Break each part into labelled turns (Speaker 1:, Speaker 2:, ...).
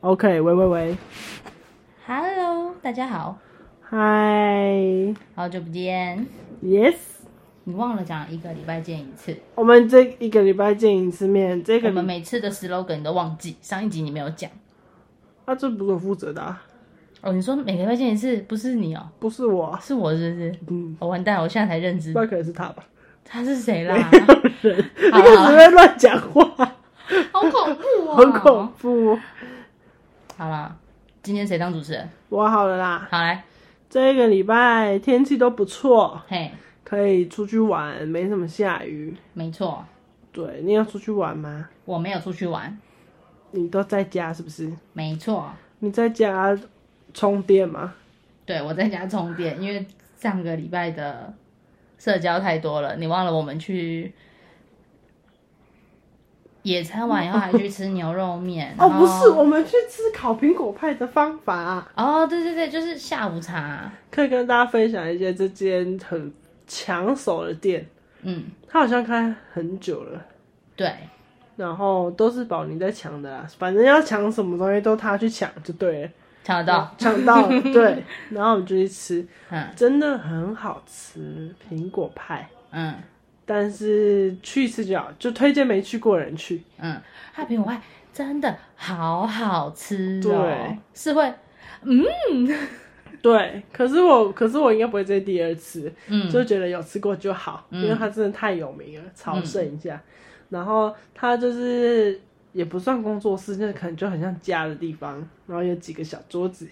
Speaker 1: OK，喂喂喂，
Speaker 2: Hello，大家好，
Speaker 1: 嗨
Speaker 2: 好久不见。
Speaker 1: ，Yes，
Speaker 2: 你忘了讲一个礼拜见一次，
Speaker 1: 我们这一个礼拜见一次面，这
Speaker 2: 我
Speaker 1: 个
Speaker 2: 们
Speaker 1: 礼
Speaker 2: 每次的 slogan 你都忘记，上一集你没有讲。
Speaker 1: 啊，这不是我负责的、啊，
Speaker 2: 哦，你说每个礼拜见一次，不是你哦，
Speaker 1: 不是我啊，
Speaker 2: 是我是不是？
Speaker 1: 嗯，
Speaker 2: 我、完蛋了，我现在才认知
Speaker 1: 那可能是他吧，
Speaker 2: 他是谁 啦？
Speaker 1: 你
Speaker 2: 好啊
Speaker 1: 看 随便乱讲话，
Speaker 2: 好恐怖哦，
Speaker 1: 很恐怖。
Speaker 2: 好啦，今天谁当主持人？
Speaker 1: 我好了啦，
Speaker 2: 好来，
Speaker 1: 这个礼拜天气都不错，
Speaker 2: 嘿，
Speaker 1: 可以出去玩，没什么下雨。
Speaker 2: 没错，
Speaker 1: 对，你要出去玩吗？
Speaker 2: 我没有出去玩，
Speaker 1: 你都在家是不是？
Speaker 2: 没错，
Speaker 1: 你在家充电吗？
Speaker 2: 对我在家充电，因为上个礼拜的社交太多了，你忘了我们去。野餐完以后还去吃牛肉面
Speaker 1: 哦，不是，
Speaker 2: 然后
Speaker 1: 我们去吃烤苹果派的方法啊、
Speaker 2: 哦，对对对，就是下午茶，
Speaker 1: 可以跟大家分享一些这间很抢手的店，
Speaker 2: 嗯，
Speaker 1: 它好像开很久了，
Speaker 2: 对，
Speaker 1: 然后都是宝宁在抢的啦，反正要抢什么东西都他去抢就对
Speaker 2: 抢得到
Speaker 1: 了，，抢到 了对，然后我们就去吃，
Speaker 2: 嗯
Speaker 1: 真的很好吃苹果派，
Speaker 2: 嗯
Speaker 1: 但是去一次就好，就推荐没去过的人去，
Speaker 2: 嗯，它苹果派真的好好吃哦，
Speaker 1: 对，
Speaker 2: 是会，
Speaker 1: 对，可是我可是我应该不会再第二次，
Speaker 2: 嗯，
Speaker 1: 就觉得有吃过就好，因为它真的太有名了，朝
Speaker 2: 嗯
Speaker 1: 圣一下。然后它就是也不算工作室，就是可能就很像家的地方。然后有几个小桌子，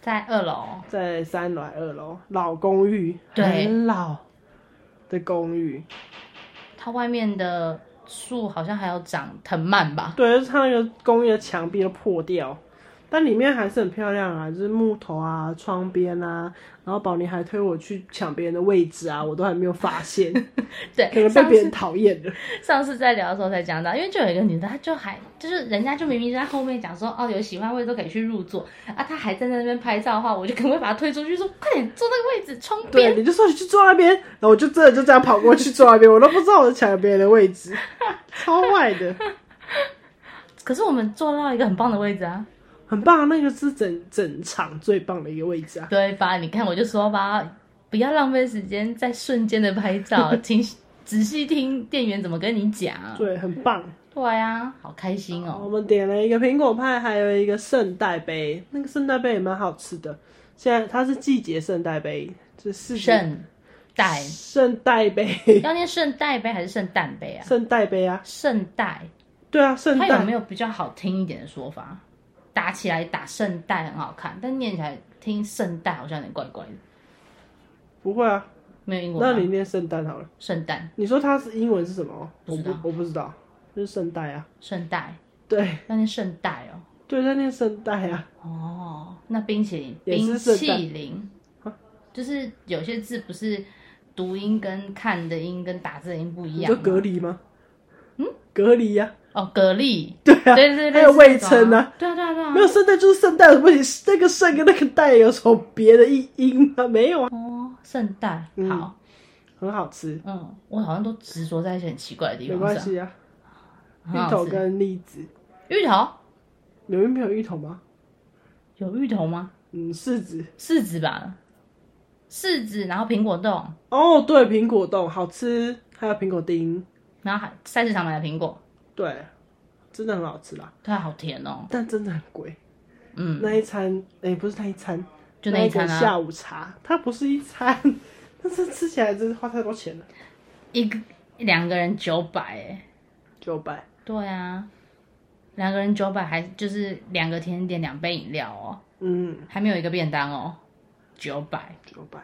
Speaker 2: 在二楼，
Speaker 1: 在三楼、二楼，老公寓，
Speaker 2: 对
Speaker 1: 很老的公寓。
Speaker 2: 它外面的树好像还有长藤蔓吧，
Speaker 1: 对，就是它那个公寓的墙壁都破掉，但里面还是很漂亮啊，就是木头啊、窗边啊。然后宝妮还推我去抢别人的位置啊，我都还没有发现，可
Speaker 2: 对，
Speaker 1: 能被
Speaker 2: 上
Speaker 1: 别
Speaker 2: 次
Speaker 1: 人讨厌了。
Speaker 2: 上次在聊的时候才讲到，因为就有一个女的，她就还就是人家就明明在后面讲说哦有喜欢位都可以去入座啊，她还站在那边拍照的话，我就可能会把她推出去说快点坐那个位置窗边
Speaker 1: 对，，你就说你去坐那边，然后我就真的就这样跑过去坐那边，我都不知道我抢了别人的位置，超坏 的，
Speaker 2: 可是我们坐到一个很棒的位置啊。
Speaker 1: 很棒，那个是整整场最棒的一个位置啊！
Speaker 2: 对吧？你看，我就说吧，不要浪费时间在瞬间的拍照，请仔细听店员怎么跟你讲。
Speaker 1: 对，很棒。
Speaker 2: 对啊，好开心哦！
Speaker 1: 我们点了一个苹果派，还有一个圣代杯，那个圣代杯也蛮好吃的。现在它是季节圣代杯，就是
Speaker 2: 圣代
Speaker 1: 圣代杯，
Speaker 2: 要念圣代杯还是圣诞杯啊？
Speaker 1: 圣代杯啊，
Speaker 2: 圣代，
Speaker 1: 对啊，圣
Speaker 2: 它有
Speaker 1: 代
Speaker 2: 没有比较好听一点的说法？打起来打圣代很好看，但念起来听圣代好像有点怪怪的。
Speaker 1: 不会啊，
Speaker 2: 没有英
Speaker 1: 那
Speaker 2: 文
Speaker 1: 你
Speaker 2: 吗？
Speaker 1: 念圣诞好了。
Speaker 2: 圣诞、
Speaker 1: 你说它是英文是什么？
Speaker 2: 不
Speaker 1: 我
Speaker 2: 知
Speaker 1: 不
Speaker 2: 道
Speaker 1: 我不知道，就是圣代啊，
Speaker 2: 圣代
Speaker 1: 对
Speaker 2: 要念圣代哦。
Speaker 1: 对，在念圣代啊。
Speaker 2: 哦，那冰淇淋，
Speaker 1: 也
Speaker 2: 哦冰
Speaker 1: 是
Speaker 2: 淇
Speaker 1: 圣诞
Speaker 2: 淋，就是有些字不是读音跟看的音跟打字的音不一
Speaker 1: 你
Speaker 2: 样
Speaker 1: 说
Speaker 2: 吗。
Speaker 1: 隔离吗？嗯，隔离呀、
Speaker 2: 哦，蛤 蜊，
Speaker 1: 对啊，
Speaker 2: 对对对，
Speaker 1: 还有
Speaker 2: 类
Speaker 1: 味
Speaker 2: 似这
Speaker 1: 噌
Speaker 2: 种
Speaker 1: 啊，
Speaker 2: 啊，对啊对啊对啊，
Speaker 1: 没有圣诞就是圣诞，不行，那个圣跟那个诞有什么别的意音吗？没有啊，
Speaker 2: 哦，圣诞
Speaker 1: 嗯
Speaker 2: 好，
Speaker 1: 很好吃，
Speaker 2: 嗯，我好像都执着在一些很奇怪的地
Speaker 1: 没
Speaker 2: 方，
Speaker 1: 关
Speaker 2: 是
Speaker 1: 系啊。
Speaker 2: 吧，
Speaker 1: 芋
Speaker 2: 很
Speaker 1: 头
Speaker 2: 好吃
Speaker 1: 跟栗子，
Speaker 2: 芋头
Speaker 1: 你们没有芋头吗？
Speaker 2: 有芋头吗？
Speaker 1: 嗯，柿子。
Speaker 2: 柿子吧，柿子，然后苹果冻，
Speaker 1: 哦，对，苹果冻好吃，还有苹果丁，
Speaker 2: 然后还菜市场买的苹果，
Speaker 1: 对，真的很好吃啦，
Speaker 2: 它好甜哦，
Speaker 1: 但真的很贵。
Speaker 2: 嗯，
Speaker 1: 那一餐，哎、不是那一餐，
Speaker 2: 就那一
Speaker 1: 个
Speaker 2: 餐啊，
Speaker 1: 下午茶，它不是一餐， 但是吃起来真是花太多钱了，
Speaker 2: 一个两个人九百哎。
Speaker 1: 九百。
Speaker 2: 对啊，两个人九百还就是两个甜点两杯饮料哦，
Speaker 1: 嗯，
Speaker 2: 还没有一个便当哦，九百。
Speaker 1: 九百，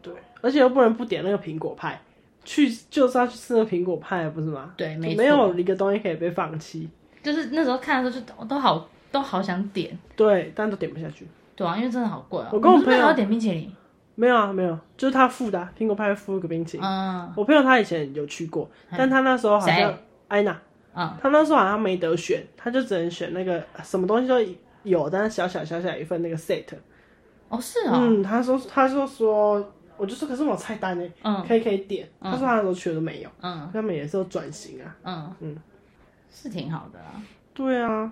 Speaker 1: 对，而且又不能不点那个苹果派，去就是要去吃那个苹果派，不是吗？
Speaker 2: 对
Speaker 1: 就
Speaker 2: 没
Speaker 1: 没
Speaker 2: 错
Speaker 1: 有一个东西可以被放弃，
Speaker 2: 就是那时候看的时候就都好都好想点，
Speaker 1: 对，但都点不下去。
Speaker 2: 对啊，因为真的好贵哦。
Speaker 1: 我跟我
Speaker 2: 你是不是
Speaker 1: 朋友
Speaker 2: 还要点冰淇淋，
Speaker 1: 没有啊，没有，就是他付的、啊、苹果派付一个冰淇淋。
Speaker 2: 嗯
Speaker 1: 我朋友他以前有去过，但他那时候好像
Speaker 2: 谁
Speaker 1: 安娜，
Speaker 2: 嗯，
Speaker 1: 他那时候好像没得选，他就只能选那个什么东西都有，但是小小小小一份那个 set。
Speaker 2: 哦是哦，
Speaker 1: 嗯，他说他就说，我就说可是我有菜单呢，
Speaker 2: 嗯
Speaker 1: 可以可以点。他说他那时候去的都没有，
Speaker 2: 嗯
Speaker 1: 他们也是有转型啊。
Speaker 2: 嗯
Speaker 1: 嗯
Speaker 2: 是挺好的啦。
Speaker 1: 对啊，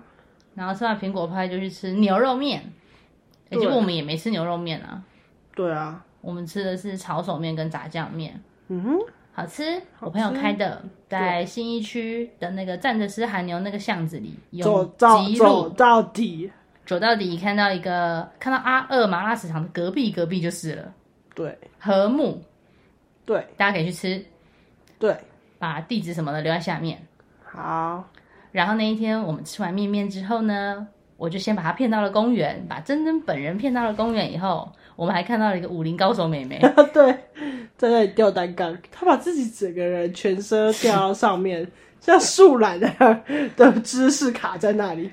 Speaker 2: 然后吃完苹果派就去吃牛肉面，欸、结果我们也没吃牛肉面啊，
Speaker 1: 对啊，
Speaker 2: 我们吃的是炒手面跟炸酱面，
Speaker 1: 嗯哼，
Speaker 2: 好吃。我朋友
Speaker 1: 好吃
Speaker 2: 开的，在信义区的那个站着吃韩牛那个巷子里，
Speaker 1: 走
Speaker 2: 有
Speaker 1: 到
Speaker 2: 吉
Speaker 1: 走
Speaker 2: 路
Speaker 1: 到底，
Speaker 2: 走到底，看到一个看到阿二麻辣食堂的隔壁隔壁就是了，
Speaker 1: 对
Speaker 2: 和睦，
Speaker 1: 对
Speaker 2: 大家可以去吃，
Speaker 1: 对，
Speaker 2: 把地址什么的留在下面。
Speaker 1: 好，
Speaker 2: 然后那一天我们吃完面面之后呢，我就先把他骗到了公园，把珍珍本人骗到了公园以后，我们还看到了一个武林高手妹妹，
Speaker 1: 对，在那里吊单杠，他把自己整个人全身都吊到上面，像树懒的的姿势卡在那里，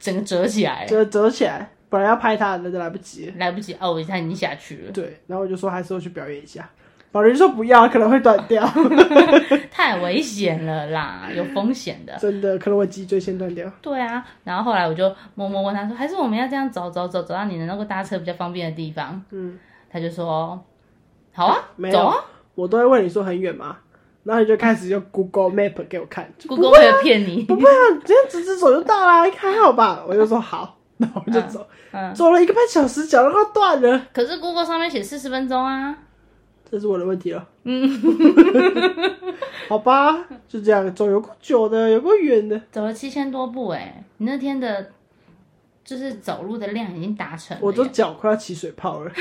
Speaker 2: 整个折起来，
Speaker 1: 折折起来，本来要拍他的，都来不及了。
Speaker 2: 来不及哦，我一下已经下去 了，
Speaker 1: 对，然后我就说还是我去表演一下，保人说不要，可能会断掉，
Speaker 2: 太危险了啦，有风险的。
Speaker 1: 真的，可能我脊椎先断掉。
Speaker 2: 对啊，然后后来我就默默问他说，还是我们要这样走走走走到你的那个搭车比较方便的地方？
Speaker 1: 嗯，
Speaker 2: 他就说，好啊
Speaker 1: 没，有
Speaker 2: 走啊。
Speaker 1: 我都会问你说很远吗？然后你就开始用 Google Map 给我看，就
Speaker 2: Google 为了骗你，
Speaker 1: 不会啊，直接直直走就到啦，还好吧？我就说好， 然后我就走，
Speaker 2: 嗯，
Speaker 1: 走了一个半小时，脚都快断了，
Speaker 2: 可是 Google 上面写四十分钟啊，
Speaker 1: 这是我的问题了。
Speaker 2: 嗯，
Speaker 1: 好吧，就这样，走有够久的，有够远的。
Speaker 2: 走了七千多步哎、你那天的，就是走路的量已经达成了耶，
Speaker 1: 我都脚快要起水泡了，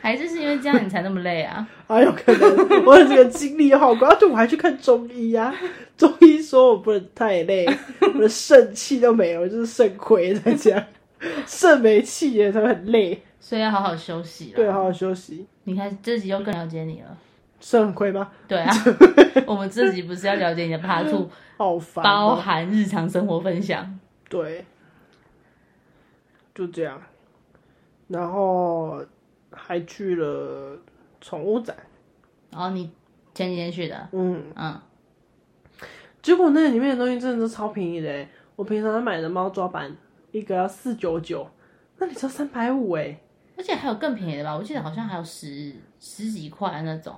Speaker 2: 还是是因为这样你才那么 累啊？
Speaker 1: 还有哎可能我的这个精力耗光，而且我还去看中医啊，中医说我不能太累，我的肾气都没了，我就是肾亏在这样，肾没气了才会很累。
Speaker 2: 所以要好好休息了。
Speaker 1: 对，好好休息。
Speaker 2: 你看自己又更了解你了。
Speaker 1: 肾很亏吗？
Speaker 2: 对 啊，我们自己不是要了解你的 Part Two，
Speaker 1: 好烦、
Speaker 2: 包
Speaker 1: 哦。
Speaker 2: 含日常生活分享。
Speaker 1: 对，就这样。然后还去了宠物展，
Speaker 2: 然后哦你前几天去的，
Speaker 1: 嗯，
Speaker 2: 嗯，
Speaker 1: 结果那里面的东西真的都超便宜的欸，我平常买的猫抓板一个要四九九，那里只要三百五哎，
Speaker 2: 而且还有更便宜的吧？我记得好像还有十十几块那种。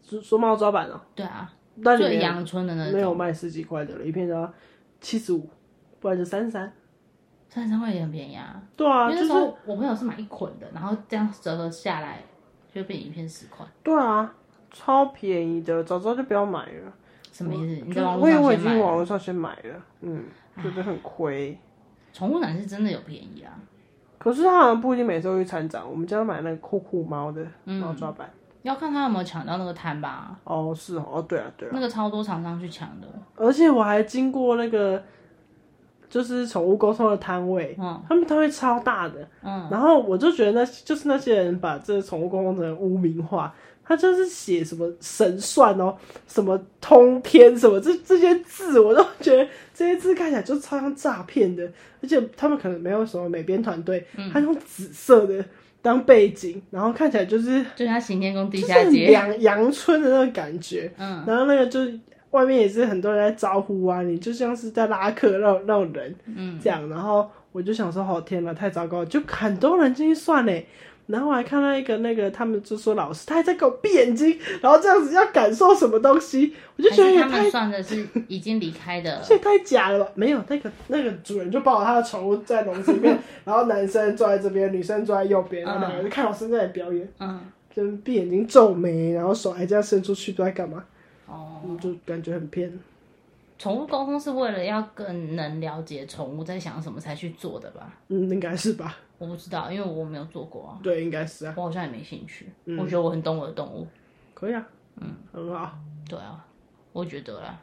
Speaker 1: 说说猫抓板哦、
Speaker 2: 对啊，
Speaker 1: 那里
Speaker 2: 最
Speaker 1: 面
Speaker 2: 阳春的那
Speaker 1: 没
Speaker 2: 种，
Speaker 1: 有卖十几块的了，一片都要七十五，不然就三三。
Speaker 2: 三十三块也很便宜啊。
Speaker 1: 对啊，
Speaker 2: 因
Speaker 1: 就
Speaker 2: 为那时
Speaker 1: 是
Speaker 2: 候我朋友是买一捆的，然后这样折合下来就变一片十块，
Speaker 1: 对啊，超便宜的，早知道就不要买了。
Speaker 2: 什么意思？你
Speaker 1: 就
Speaker 2: 在网
Speaker 1: 我
Speaker 2: 络
Speaker 1: 以为我已
Speaker 2: 上先
Speaker 1: 经网
Speaker 2: 买。啊
Speaker 1: 络上先买了，嗯，觉得很亏。
Speaker 2: 宠物奶是真的有便宜啊，
Speaker 1: 可是它好像不一定每周去参展，我们家买那个酷酷猫的
Speaker 2: 嗯
Speaker 1: 猫抓板。
Speaker 2: 要看他有没有抢到那个摊吧。
Speaker 1: 哦，是哦，哦对啊对啊，
Speaker 2: 那个超多厂商去抢的，
Speaker 1: 而且我还经过那个就是宠物沟通的摊位，
Speaker 2: 嗯
Speaker 1: 他们摊位超大的，
Speaker 2: 嗯，
Speaker 1: 然后我就觉得那就是那些人把这宠物沟通的污名化。他就是写什么神算哦，什么通天什么这这些字，我都觉得这些字看起来就超像诈骗的，而且他们可能没有什么美编团队，
Speaker 2: 嗯
Speaker 1: 他用紫色的当背景，然后看起来就是
Speaker 2: 就像行天宫地
Speaker 1: 就是
Speaker 2: 下
Speaker 1: 很
Speaker 2: 街，
Speaker 1: 阳阳春的那种感觉。
Speaker 2: 嗯，
Speaker 1: 然后那个就是外面也是很多人在招呼啊，你就像是在拉客那种那种人，
Speaker 2: 嗯，
Speaker 1: 这样。然后我就想说，好天哪，太糟糕了，就很多人进去算嘞。然后我还看到一个那个，他们就说老师，他还在给我闭眼睛，然后这样子要感受什么东西，我就
Speaker 2: 还
Speaker 1: 觉得
Speaker 2: 是
Speaker 1: 也
Speaker 2: 他
Speaker 1: 太
Speaker 2: 们算的是已经离 开的
Speaker 1: 这也太假了吧？没有，那个那个主人就抱着他的宠物在笼子里 面，然后男生坐在这边，女生坐在右边，然后两个人就看老师在那里表演，
Speaker 2: 嗯，
Speaker 1: 就闭眼睛皱眉，然后手还这样伸出去，都在干嘛？
Speaker 2: 哦，
Speaker 1: 嗯就感觉很骗。
Speaker 2: 宠物沟通是为了要更能了解宠物在想什么才去做的吧？
Speaker 1: 嗯，应该是吧？
Speaker 2: 我不知道，因为我没有做过啊，
Speaker 1: 对，应该是啊，嗯
Speaker 2: 我好像也没兴趣，我觉得我很懂我的动物，
Speaker 1: 可以啊，嗯，很好。
Speaker 2: 对啊，我觉得啦，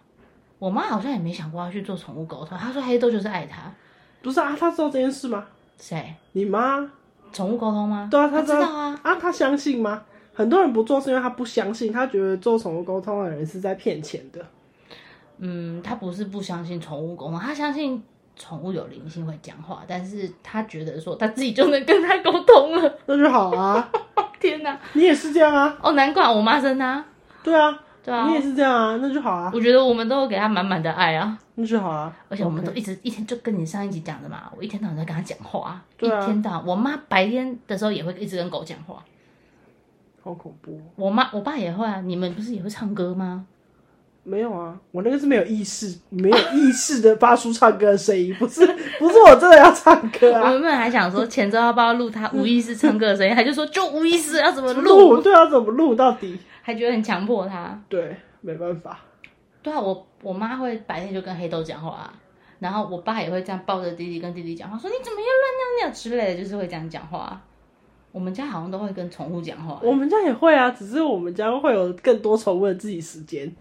Speaker 2: 我妈好像也没想过要去做宠物沟通，她说黑豆就是爱她。
Speaker 1: 不是啊，他知道这件事吗？
Speaker 2: 谁？
Speaker 1: 你妈？
Speaker 2: 宠物沟通吗？
Speaker 1: 对啊，他
Speaker 2: 她
Speaker 1: 知
Speaker 2: 知
Speaker 1: 道
Speaker 2: 道啊。
Speaker 1: 啊，他相信吗？很多人不做是因为他不相信，他觉得做宠物沟通的人是在骗钱的。
Speaker 2: 嗯，她不是不相信宠物沟通，她相信宠物有灵性会讲话，但是她觉得说她自己就能跟它沟通了。
Speaker 1: 那就好啊，
Speaker 2: 天哪！
Speaker 1: 你也是这样啊，
Speaker 2: 哦，难怪我妈生她、
Speaker 1: 对啊，
Speaker 2: 对啊
Speaker 1: 你，也是这样啊，那就好啊，
Speaker 2: 我觉得我们都有给她满满的爱啊。
Speaker 1: 那就好啊。
Speaker 2: 而且我们都一直一天就跟你上一集讲的嘛，我一天到晚在跟她讲话，
Speaker 1: 对啊
Speaker 2: 一天到晚我妈白天的时候也会一直跟狗讲话，
Speaker 1: 好恐怖哦，
Speaker 2: 我妈我爸也会啊，你们不是也会唱歌吗？
Speaker 1: 没有啊，我那个是没有意识、没有意识的发出唱歌的声音，不是不是我真的要唱歌
Speaker 2: 我
Speaker 1: 啊，
Speaker 2: 原本还想说前周要不要录他无意识唱歌 的声音，他就说就无意识要怎么录，
Speaker 1: 录对啊，怎么录到底？
Speaker 2: 还觉得很强迫他。
Speaker 1: 对，没办法，
Speaker 2: 对啊，我我妈会白天就跟黑豆讲话、啊，然后我爸也会这样抱着弟弟跟弟弟讲话，说你怎么又乱尿尿之类的，就是会这样讲话啊、我们家好像都会跟宠物讲话，
Speaker 1: 我们家也会啊，只是我们家会有更多宠物的自己时间，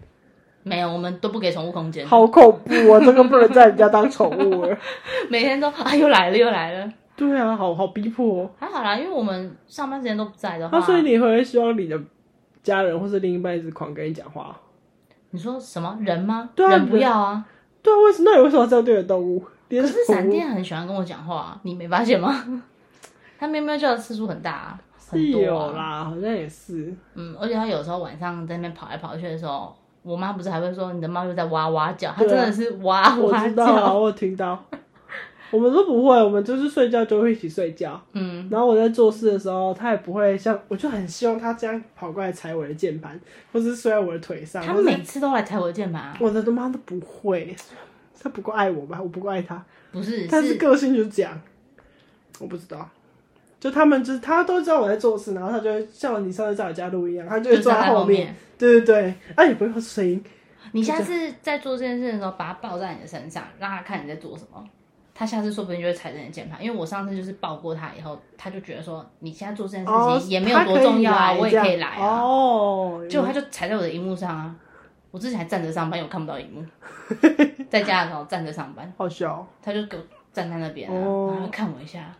Speaker 2: 没有，我们都不给宠物空间，
Speaker 1: 好恐怖啊！这个不能在人家当宠物了。
Speaker 2: 每天都啊又来了又来了，
Speaker 1: 对啊，好好逼迫哦。
Speaker 2: 还好啦，因为我们上班时间都不在的话，
Speaker 1: 那、所以你会希望你的家人或是另一半一直狂跟你讲话？
Speaker 2: 你说什么人吗？
Speaker 1: 对啊
Speaker 2: 人不
Speaker 1: 人
Speaker 2: 要啊。
Speaker 1: 对啊，为什么？那你为什么要这样对待动物？可
Speaker 2: 可是闪电很喜欢跟我讲话、啊你没发现吗？ 他喵喵叫的次数很大、啊，
Speaker 1: 是
Speaker 2: 很多、
Speaker 1: 有
Speaker 2: 啊。
Speaker 1: 啦，好像也是。
Speaker 2: 嗯，而且他有时候晚上在那边跑来跑去的时候，我妈不是还会说你的猫又在哇哇叫，它
Speaker 1: 对啊
Speaker 2: 真的是哇
Speaker 1: 我
Speaker 2: 哇
Speaker 1: 知道啊，
Speaker 2: 叫。
Speaker 1: 我有听到。我们都不会，我们就是睡觉就会一起睡觉。
Speaker 2: 嗯，
Speaker 1: 然后我在做事的时候，他也不会像，我就很希望他这样跑过来踩我的键盘，或是睡在我的腿上。
Speaker 2: 它
Speaker 1: 或是
Speaker 2: 每次都来踩我的键盘啊，
Speaker 1: 我的他妈都不会，他不够爱我吧？我不够爱他，
Speaker 2: 不是
Speaker 1: 但是
Speaker 2: 是
Speaker 1: 个性就是这样。我不知道，就他们就是他都知道我在做事，然后他就会像你上次在我家录一样，他就
Speaker 2: 就
Speaker 1: 会
Speaker 2: 是
Speaker 1: 坐
Speaker 2: 在
Speaker 1: 在后
Speaker 2: 后面。
Speaker 1: 对对对，啊也不会有声音，
Speaker 2: 你下次在做这件事的时候，把它抱在你的身上，让它看你在做什么。它下次说不定就会踩着你的键盘，因为我上次就是抱过它以后，它就觉得说你现在做这件事
Speaker 1: 哦
Speaker 2: 情也没有多重要啊，
Speaker 1: 他
Speaker 2: 我
Speaker 1: 以
Speaker 2: 也可以
Speaker 1: 这
Speaker 2: 来
Speaker 1: 样
Speaker 2: 啊。
Speaker 1: 哦，
Speaker 2: 结果他就踩在我的荧幕上啊！我之前还站着上班，因为我看不到荧 幕，在家的时候站着上班，
Speaker 1: 好笑，
Speaker 2: 他就给我站在那边、啊，
Speaker 1: 哦
Speaker 2: 然后看我一下，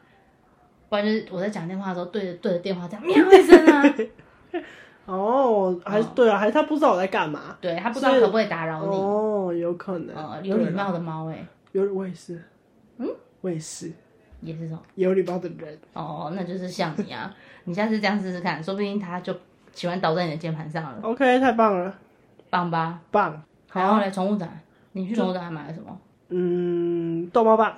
Speaker 2: 不然就是我在讲电话的时候对着对着电话这样喵一声啊，
Speaker 1: 哦，还是
Speaker 2: 哦
Speaker 1: 对啊，还是他不知道我在干嘛。
Speaker 2: 对他不知道
Speaker 1: 所以
Speaker 2: 可不可以打扰你，
Speaker 1: 哦，有可能，
Speaker 2: 呃，有礼
Speaker 1: 对啦，
Speaker 2: 貌的猫哎、
Speaker 1: 有我也是，嗯，我也是
Speaker 2: 也是这种，
Speaker 1: 有礼貌的人，
Speaker 2: 哦，那就是像你啊，你下次这样试试看，说不定它就喜欢倒在你的键盘上了，
Speaker 1: OK，太棒了，
Speaker 2: 棒吧？
Speaker 1: 棒，
Speaker 2: 然后
Speaker 1: 好，啊
Speaker 2: 嘞，宠物展，你去宠物展还买了什么？
Speaker 1: 嗯，逗猫棒，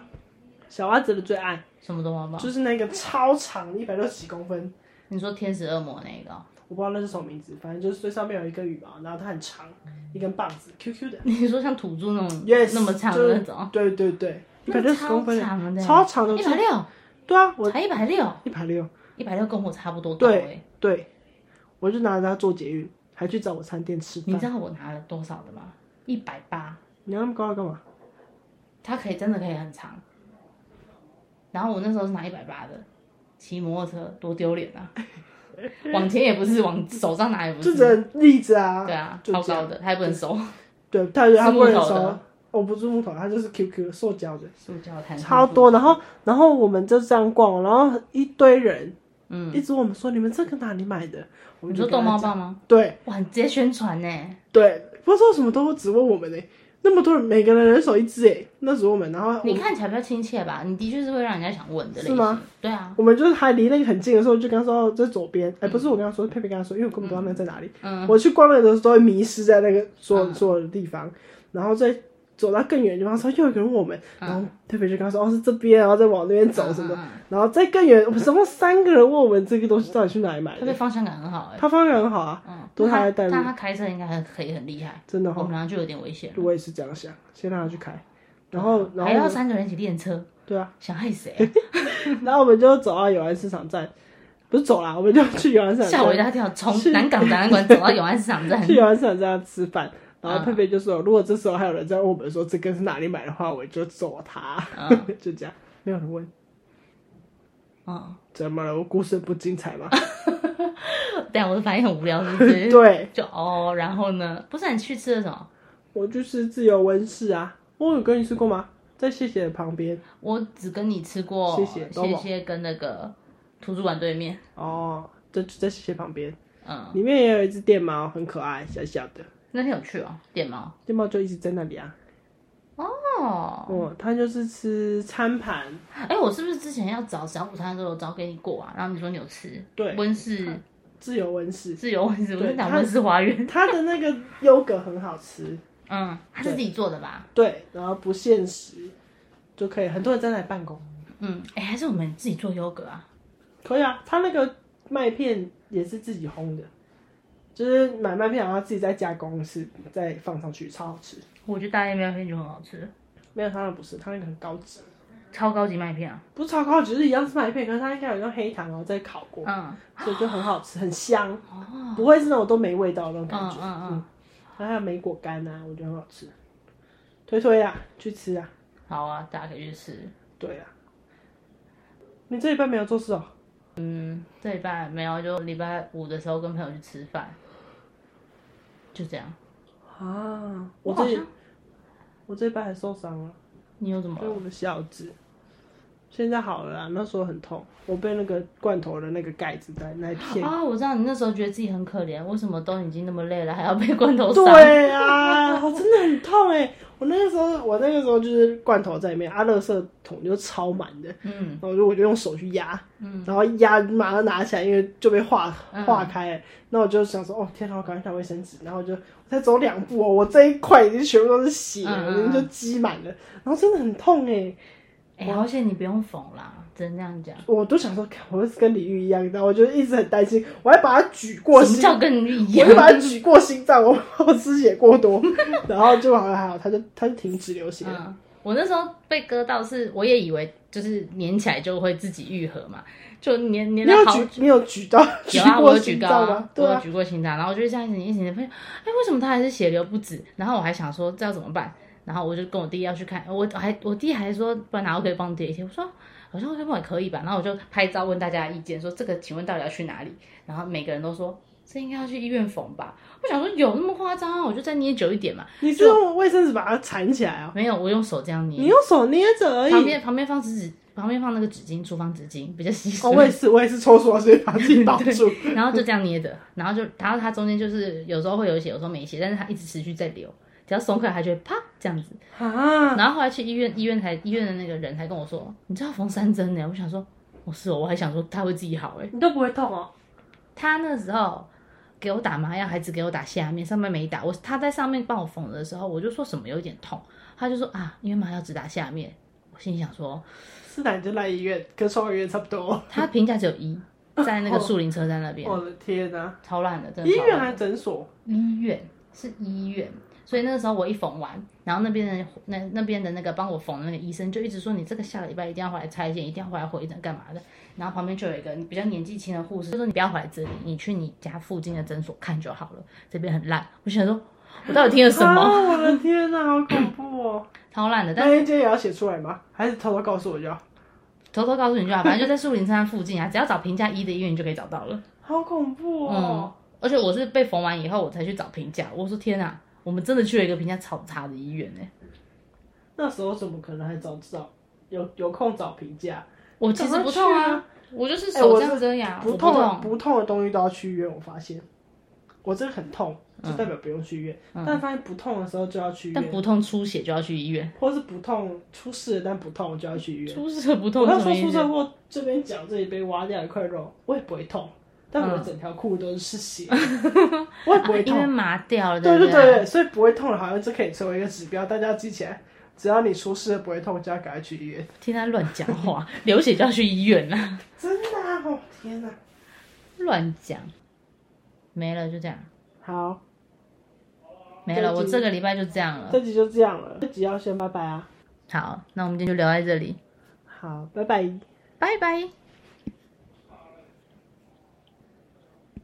Speaker 1: 小蛙子的最爱
Speaker 2: 什么都猫棒？
Speaker 1: 就是那个超长一百六十几公分，
Speaker 2: 你说天使恶魔那个哦、
Speaker 1: 我不知道那是什么名字，反正就是最上面有一根羽毛，然后它很长，一根棒子，QQ 的
Speaker 2: 你说像土著那种
Speaker 1: ，yes，
Speaker 2: 那么长
Speaker 1: 就
Speaker 2: 的
Speaker 1: 是
Speaker 2: 那种，
Speaker 1: 对对对，哦一百
Speaker 2: 那
Speaker 1: 六十
Speaker 2: 超
Speaker 1: 公分，
Speaker 2: 长的，
Speaker 1: 超长的，
Speaker 2: 一百六，
Speaker 1: 对啊，我
Speaker 2: 才一百六，
Speaker 1: 一百六，
Speaker 2: 一百六跟我差不多高
Speaker 1: 对
Speaker 2: 哎。
Speaker 1: 对，我就拿着它做捷运，还去找我餐店吃
Speaker 2: 你
Speaker 1: 饭，
Speaker 2: 知道我拿了多少的吗？一百八，
Speaker 1: 你要那么高要干嘛？
Speaker 2: 它可以真的可以很长。然后我那时候是拿一百八的，骑摩托车多丢脸 啊！往前也不是，往手上拿也不，
Speaker 1: 就是只能立着啊。
Speaker 2: 对啊，
Speaker 1: 就
Speaker 2: 超
Speaker 1: 这样
Speaker 2: 高的，它也不能收，
Speaker 1: 对，他觉得他不能
Speaker 2: 是木头
Speaker 1: 收
Speaker 2: 的，
Speaker 1: 我不是木头，它就是 QQ 塑胶的，
Speaker 2: 塑胶弹
Speaker 1: 超多。然后，然后我们就这样逛，然后一堆人，
Speaker 2: 嗯，
Speaker 1: 一直问我们说你们这个哪里买的？我
Speaker 2: 你
Speaker 1: 们就
Speaker 2: 说
Speaker 1: 跟他
Speaker 2: 逗猫
Speaker 1: 讲？
Speaker 2: 棒吗？
Speaker 1: 对
Speaker 2: 哇，你直接宣传欸呢！
Speaker 1: 对，不知道为什么都只问我们呢、那么多人，每个人人手一只哎、那只我们，然后我
Speaker 2: 你
Speaker 1: 们
Speaker 2: 看起来比较亲切吧？你的确是会让人家想问的类
Speaker 1: 是吗
Speaker 2: 型。对啊，
Speaker 1: 我们就是还离那个很近的时候，就跟他说哦在左边，哎、不是我跟他说，是佩佩跟他说，因为我根本不知道那在哪里。
Speaker 2: 嗯，
Speaker 1: 我去逛那个的时候会迷失在那个所有
Speaker 2: 嗯
Speaker 1: 所有的地方，然后再走到更远的地方的时候，又有一个人问我们，然后特别就跟他说哦是这边，然后再往那边走什么的，
Speaker 2: 嗯嗯嗯
Speaker 1: 然后再更远，我们总共三个人问我们这个东西到底去哪里买
Speaker 2: 特别
Speaker 1: 的，
Speaker 2: 方向感很好哎、
Speaker 1: 他方向很好啊，
Speaker 2: 嗯，
Speaker 1: 都是他
Speaker 2: 那
Speaker 1: 在带路
Speaker 2: 但他开车应该还可以很厉害，
Speaker 1: 真的
Speaker 2: 我
Speaker 1: 哈、
Speaker 2: 们俩就有点危险了。
Speaker 1: 我也是这样想，先让他去开，然后然
Speaker 2: 嗯还要
Speaker 1: 后
Speaker 2: 三个人一起练车，
Speaker 1: 对啊，
Speaker 2: 想害谁、
Speaker 1: 然后我们就走到永安市场站，不是走啦，我们就去永安市
Speaker 2: 啊？
Speaker 1: 场
Speaker 2: 吓我一
Speaker 1: 站，
Speaker 2: 大跳，从南港展览馆走到永安市场站
Speaker 1: 去，永安市场站吃饭。然后
Speaker 2: 嗯
Speaker 1: 佩佩就说：“如果这时候还有人在问我们说这个是哪里买的话，我就揍他。
Speaker 2: 嗯
Speaker 1: 就这样，没有人问。
Speaker 2: 嗯，
Speaker 1: 怎么了？我故事不精彩吗？
Speaker 2: 对啊，我的反应很无聊，是不是？
Speaker 1: 对，
Speaker 2: 就哦，然后呢？不是你去吃了什么？
Speaker 1: 我就是自由温室啊。我有跟你吃过吗？在谢谢的旁边
Speaker 2: 我只跟你吃过
Speaker 1: 谢谢都
Speaker 2: 谢
Speaker 1: 好
Speaker 2: 谢跟那个图书馆对面，
Speaker 1: 哦，啊在就在谢谢旁边，
Speaker 2: 嗯，
Speaker 1: 里面也有一只电猫，很可爱，小小的。
Speaker 2: 那天有去哦，电猫
Speaker 1: 电猫就一直在那里啊。
Speaker 2: 哦，
Speaker 1: 哦，它就是吃餐盘，
Speaker 2: 哎，我是不是之前要找小午餐的时候有找给你过啊？然后你说你有吃，
Speaker 1: 对
Speaker 2: 温室
Speaker 1: 自由温室。
Speaker 2: 自由温室，我
Speaker 1: 对
Speaker 2: 是讲
Speaker 1: 它
Speaker 2: 温室花园，
Speaker 1: 它的那个优格很好吃，
Speaker 2: 嗯，他是自己做的吧？
Speaker 1: 对，然后不限时，就可以很多人在那里办公。
Speaker 2: 嗯，哎、还是我们自己做优格啊？
Speaker 1: 可以啊，它那个麦片也是自己烘的，就是买麦片，然后自己再加工是再放上去，超好吃。
Speaker 2: 我觉得大叶麦片就很好吃，
Speaker 1: 没有它那不是，它那个很高级，
Speaker 2: 超高级麦片啊。
Speaker 1: 不是超高级，就是一样是麦片，可是它应该有用黑糖然后再烤过，
Speaker 2: 嗯
Speaker 1: 所以就很好吃，很香，
Speaker 2: 哦，
Speaker 1: 不会是那种都没味道的那种感
Speaker 2: 嗯
Speaker 1: 觉。
Speaker 2: 嗯嗯，
Speaker 1: 然后还有莓果干啊，我觉得很好吃，推推啊，去吃啊，
Speaker 2: 好啊，大家可以去吃。
Speaker 1: 对啊。你这礼拜没有做事哦？
Speaker 2: 嗯这礼拜没有，就礼拜五的时候跟朋友去吃饭，就这样。
Speaker 1: 啊，我
Speaker 2: 好
Speaker 1: 这
Speaker 2: 像
Speaker 1: 我这礼拜还受伤了，
Speaker 2: 你有怎么
Speaker 1: 因为
Speaker 2: 了？
Speaker 1: 我的小指。现在好了啦，那时候很痛，我被那个罐头的那个盖子在那一片
Speaker 2: 啊，我知道你那时候觉得自己很可怜，为什么都已经那么累了，还要被罐头伤？
Speaker 1: 对啊，我 真的很痛哎、我那个时候，我那个时候就是罐头在里面，啊，垃圾桶就超满的，
Speaker 2: 嗯
Speaker 1: 然后我就我就用手去压，
Speaker 2: 嗯
Speaker 1: 然后压马上拿起来，因为就被化
Speaker 2: 嗯
Speaker 1: 化开了。那、我就想说，哦天哪，我赶快拿卫生纸，然后我就我才走两步哦，我这一块已经全部都是血了，
Speaker 2: 嗯嗯嗯
Speaker 1: 我已经就积满了，然后真的很痛哎、
Speaker 2: 哎、好险你不用缝啦，只能这样讲。
Speaker 1: 我都想说，看我是跟李玉一样，你知道，我就一直很担心，我还把它举过
Speaker 2: 什么
Speaker 1: 心
Speaker 2: 叫跟你
Speaker 1: 我
Speaker 2: 一样
Speaker 1: 就？把它举过心脏，我怕我失血过多，然后就好像还好，它就它就停止流血了。
Speaker 2: 嗯，我那时候被割到是，我也以为就是粘起来就会自己愈合嘛，就粘粘
Speaker 1: 你
Speaker 2: 了
Speaker 1: 有
Speaker 2: 好久。
Speaker 1: 举你有举到举
Speaker 2: 有啊，我
Speaker 1: 过
Speaker 2: 有举
Speaker 1: 心
Speaker 2: 高
Speaker 1: 脏
Speaker 2: 啊
Speaker 1: 吗？，
Speaker 2: 我
Speaker 1: 对
Speaker 2: 有
Speaker 1: 啊，
Speaker 2: 举过心脏，然后我就这样一直一直发现，哎，为什么他还是血流不止？然后我还想说这要怎么办？然后我就跟我弟要去看，我还我弟还说，不然哪我可以帮你叠一些？我说好像会帮也可以吧。然后我就拍照问大家意见，说这个请问到底要去哪里？然后每个人都说这应该要去医院缝吧。我想说有那么夸张啊？我就再捏久一点嘛。
Speaker 1: 你是用卫生纸把它缠起来啊？
Speaker 2: 没有，我用手这样
Speaker 1: 你
Speaker 2: 捏，
Speaker 1: 用手捏着而
Speaker 2: 旁
Speaker 1: 已。
Speaker 2: 边旁边放纸，旁边放那个纸巾，厨房纸巾比较稀疏。
Speaker 1: 哦，我也是，我也是抽出来，所以把自 己绑住。
Speaker 2: 然后就这样捏着，然后就，然后它中间就是有时候会有血，有时候没血，但是它一直持续在流，只要松开它就会啪这样子。
Speaker 1: 啊，
Speaker 2: 然后后来去医院，医院才医院的那个人才跟我说，你知道缝三针呢？我想说，我、是哦，我还想说它会自己好 哎。
Speaker 1: 你都不会痛哦？
Speaker 2: 他那时候给我打麻药，还只给我打下面，上面没打。我他在上面帮我缝的时候，我就说什么有点痛，他就说啊，因为麻药只打下面。我心里想说，
Speaker 1: 是的，你就来医院，跟双儿医院差不多。哦
Speaker 2: 他评价只有一，在那个树林车站那边，
Speaker 1: 我的天哪、
Speaker 2: 超烂的，真的
Speaker 1: 医
Speaker 2: 超烂的
Speaker 1: 院还是诊所？
Speaker 2: 医院是医院，所以那个时候我一缝完，然后那边的那那边的那个帮我缝的那个医生就一直说你这个下礼拜一定要回来拆线，一定要回来回诊干嘛的。然后旁边就有一个比较年纪轻的护士，就说你不要回来这里，你去你家附近的诊所看就好了，这边很烂。我想说，我到底听了什 么？
Speaker 1: 啊、我的天哪、好恐怖哦！
Speaker 2: 超烂的，哦但
Speaker 1: 那一间也要写出来吗？还是偷偷告诉我就好？
Speaker 2: 偷偷告诉你就好，反正就在树林山附近啊，只要找评价一的医院就可以找到了。
Speaker 1: 好恐怖
Speaker 2: 嗯
Speaker 1: 哦！，
Speaker 2: 而且我是被缝完以后我才去找评价，我说天啊，我们真的去了一个评价超差的医院欸呢、
Speaker 1: 那时候怎么可能还找不到？有有空找评价？
Speaker 2: 我其实不痛
Speaker 1: 赶快去
Speaker 2: 啊
Speaker 1: 啊，
Speaker 2: 我就是
Speaker 1: 哎
Speaker 2: 手
Speaker 1: 我
Speaker 2: 这样
Speaker 1: 是
Speaker 2: 遮呀，啊我
Speaker 1: 不痛啊的不痛的东西都要去医院，我发现我这个很痛，就
Speaker 2: 嗯
Speaker 1: 代表不用去医院。但发现不痛的时候就要去医
Speaker 2: 但
Speaker 1: 院，
Speaker 2: 不痛出血就要去医院，
Speaker 1: 或是不痛出事了但不痛就要去医院。
Speaker 2: 出事不痛
Speaker 1: 我
Speaker 2: 是
Speaker 1: 那
Speaker 2: 什
Speaker 1: 时
Speaker 2: 么
Speaker 1: 候
Speaker 2: 意
Speaker 1: 出
Speaker 2: 思？
Speaker 1: 车祸，这边脚这里被挖掉一块肉，我也不会痛，但
Speaker 2: 嗯
Speaker 1: 我的整条裤都是 血，我也不
Speaker 2: 啊
Speaker 1: 会
Speaker 2: 因为
Speaker 1: 痛。
Speaker 2: 麻掉了，
Speaker 1: 对
Speaker 2: 不啊
Speaker 1: 对对，对所以不会痛好像这可以作为一个指标，大家要记起来。只要你出事了不会痛，就要赶快去医院。
Speaker 2: 听他乱讲话，流血就要去医院啦，
Speaker 1: 真的啊！哦天哪！
Speaker 2: 乱讲，没了就这样，
Speaker 1: 好，
Speaker 2: 没了，
Speaker 1: 这
Speaker 2: 我
Speaker 1: 集
Speaker 2: 这个礼拜就这样了
Speaker 1: 这。集就这样了，这集要先拜拜啊！
Speaker 2: 好，那我们今天就聊在这里，
Speaker 1: 好，拜拜。
Speaker 2: 拜拜。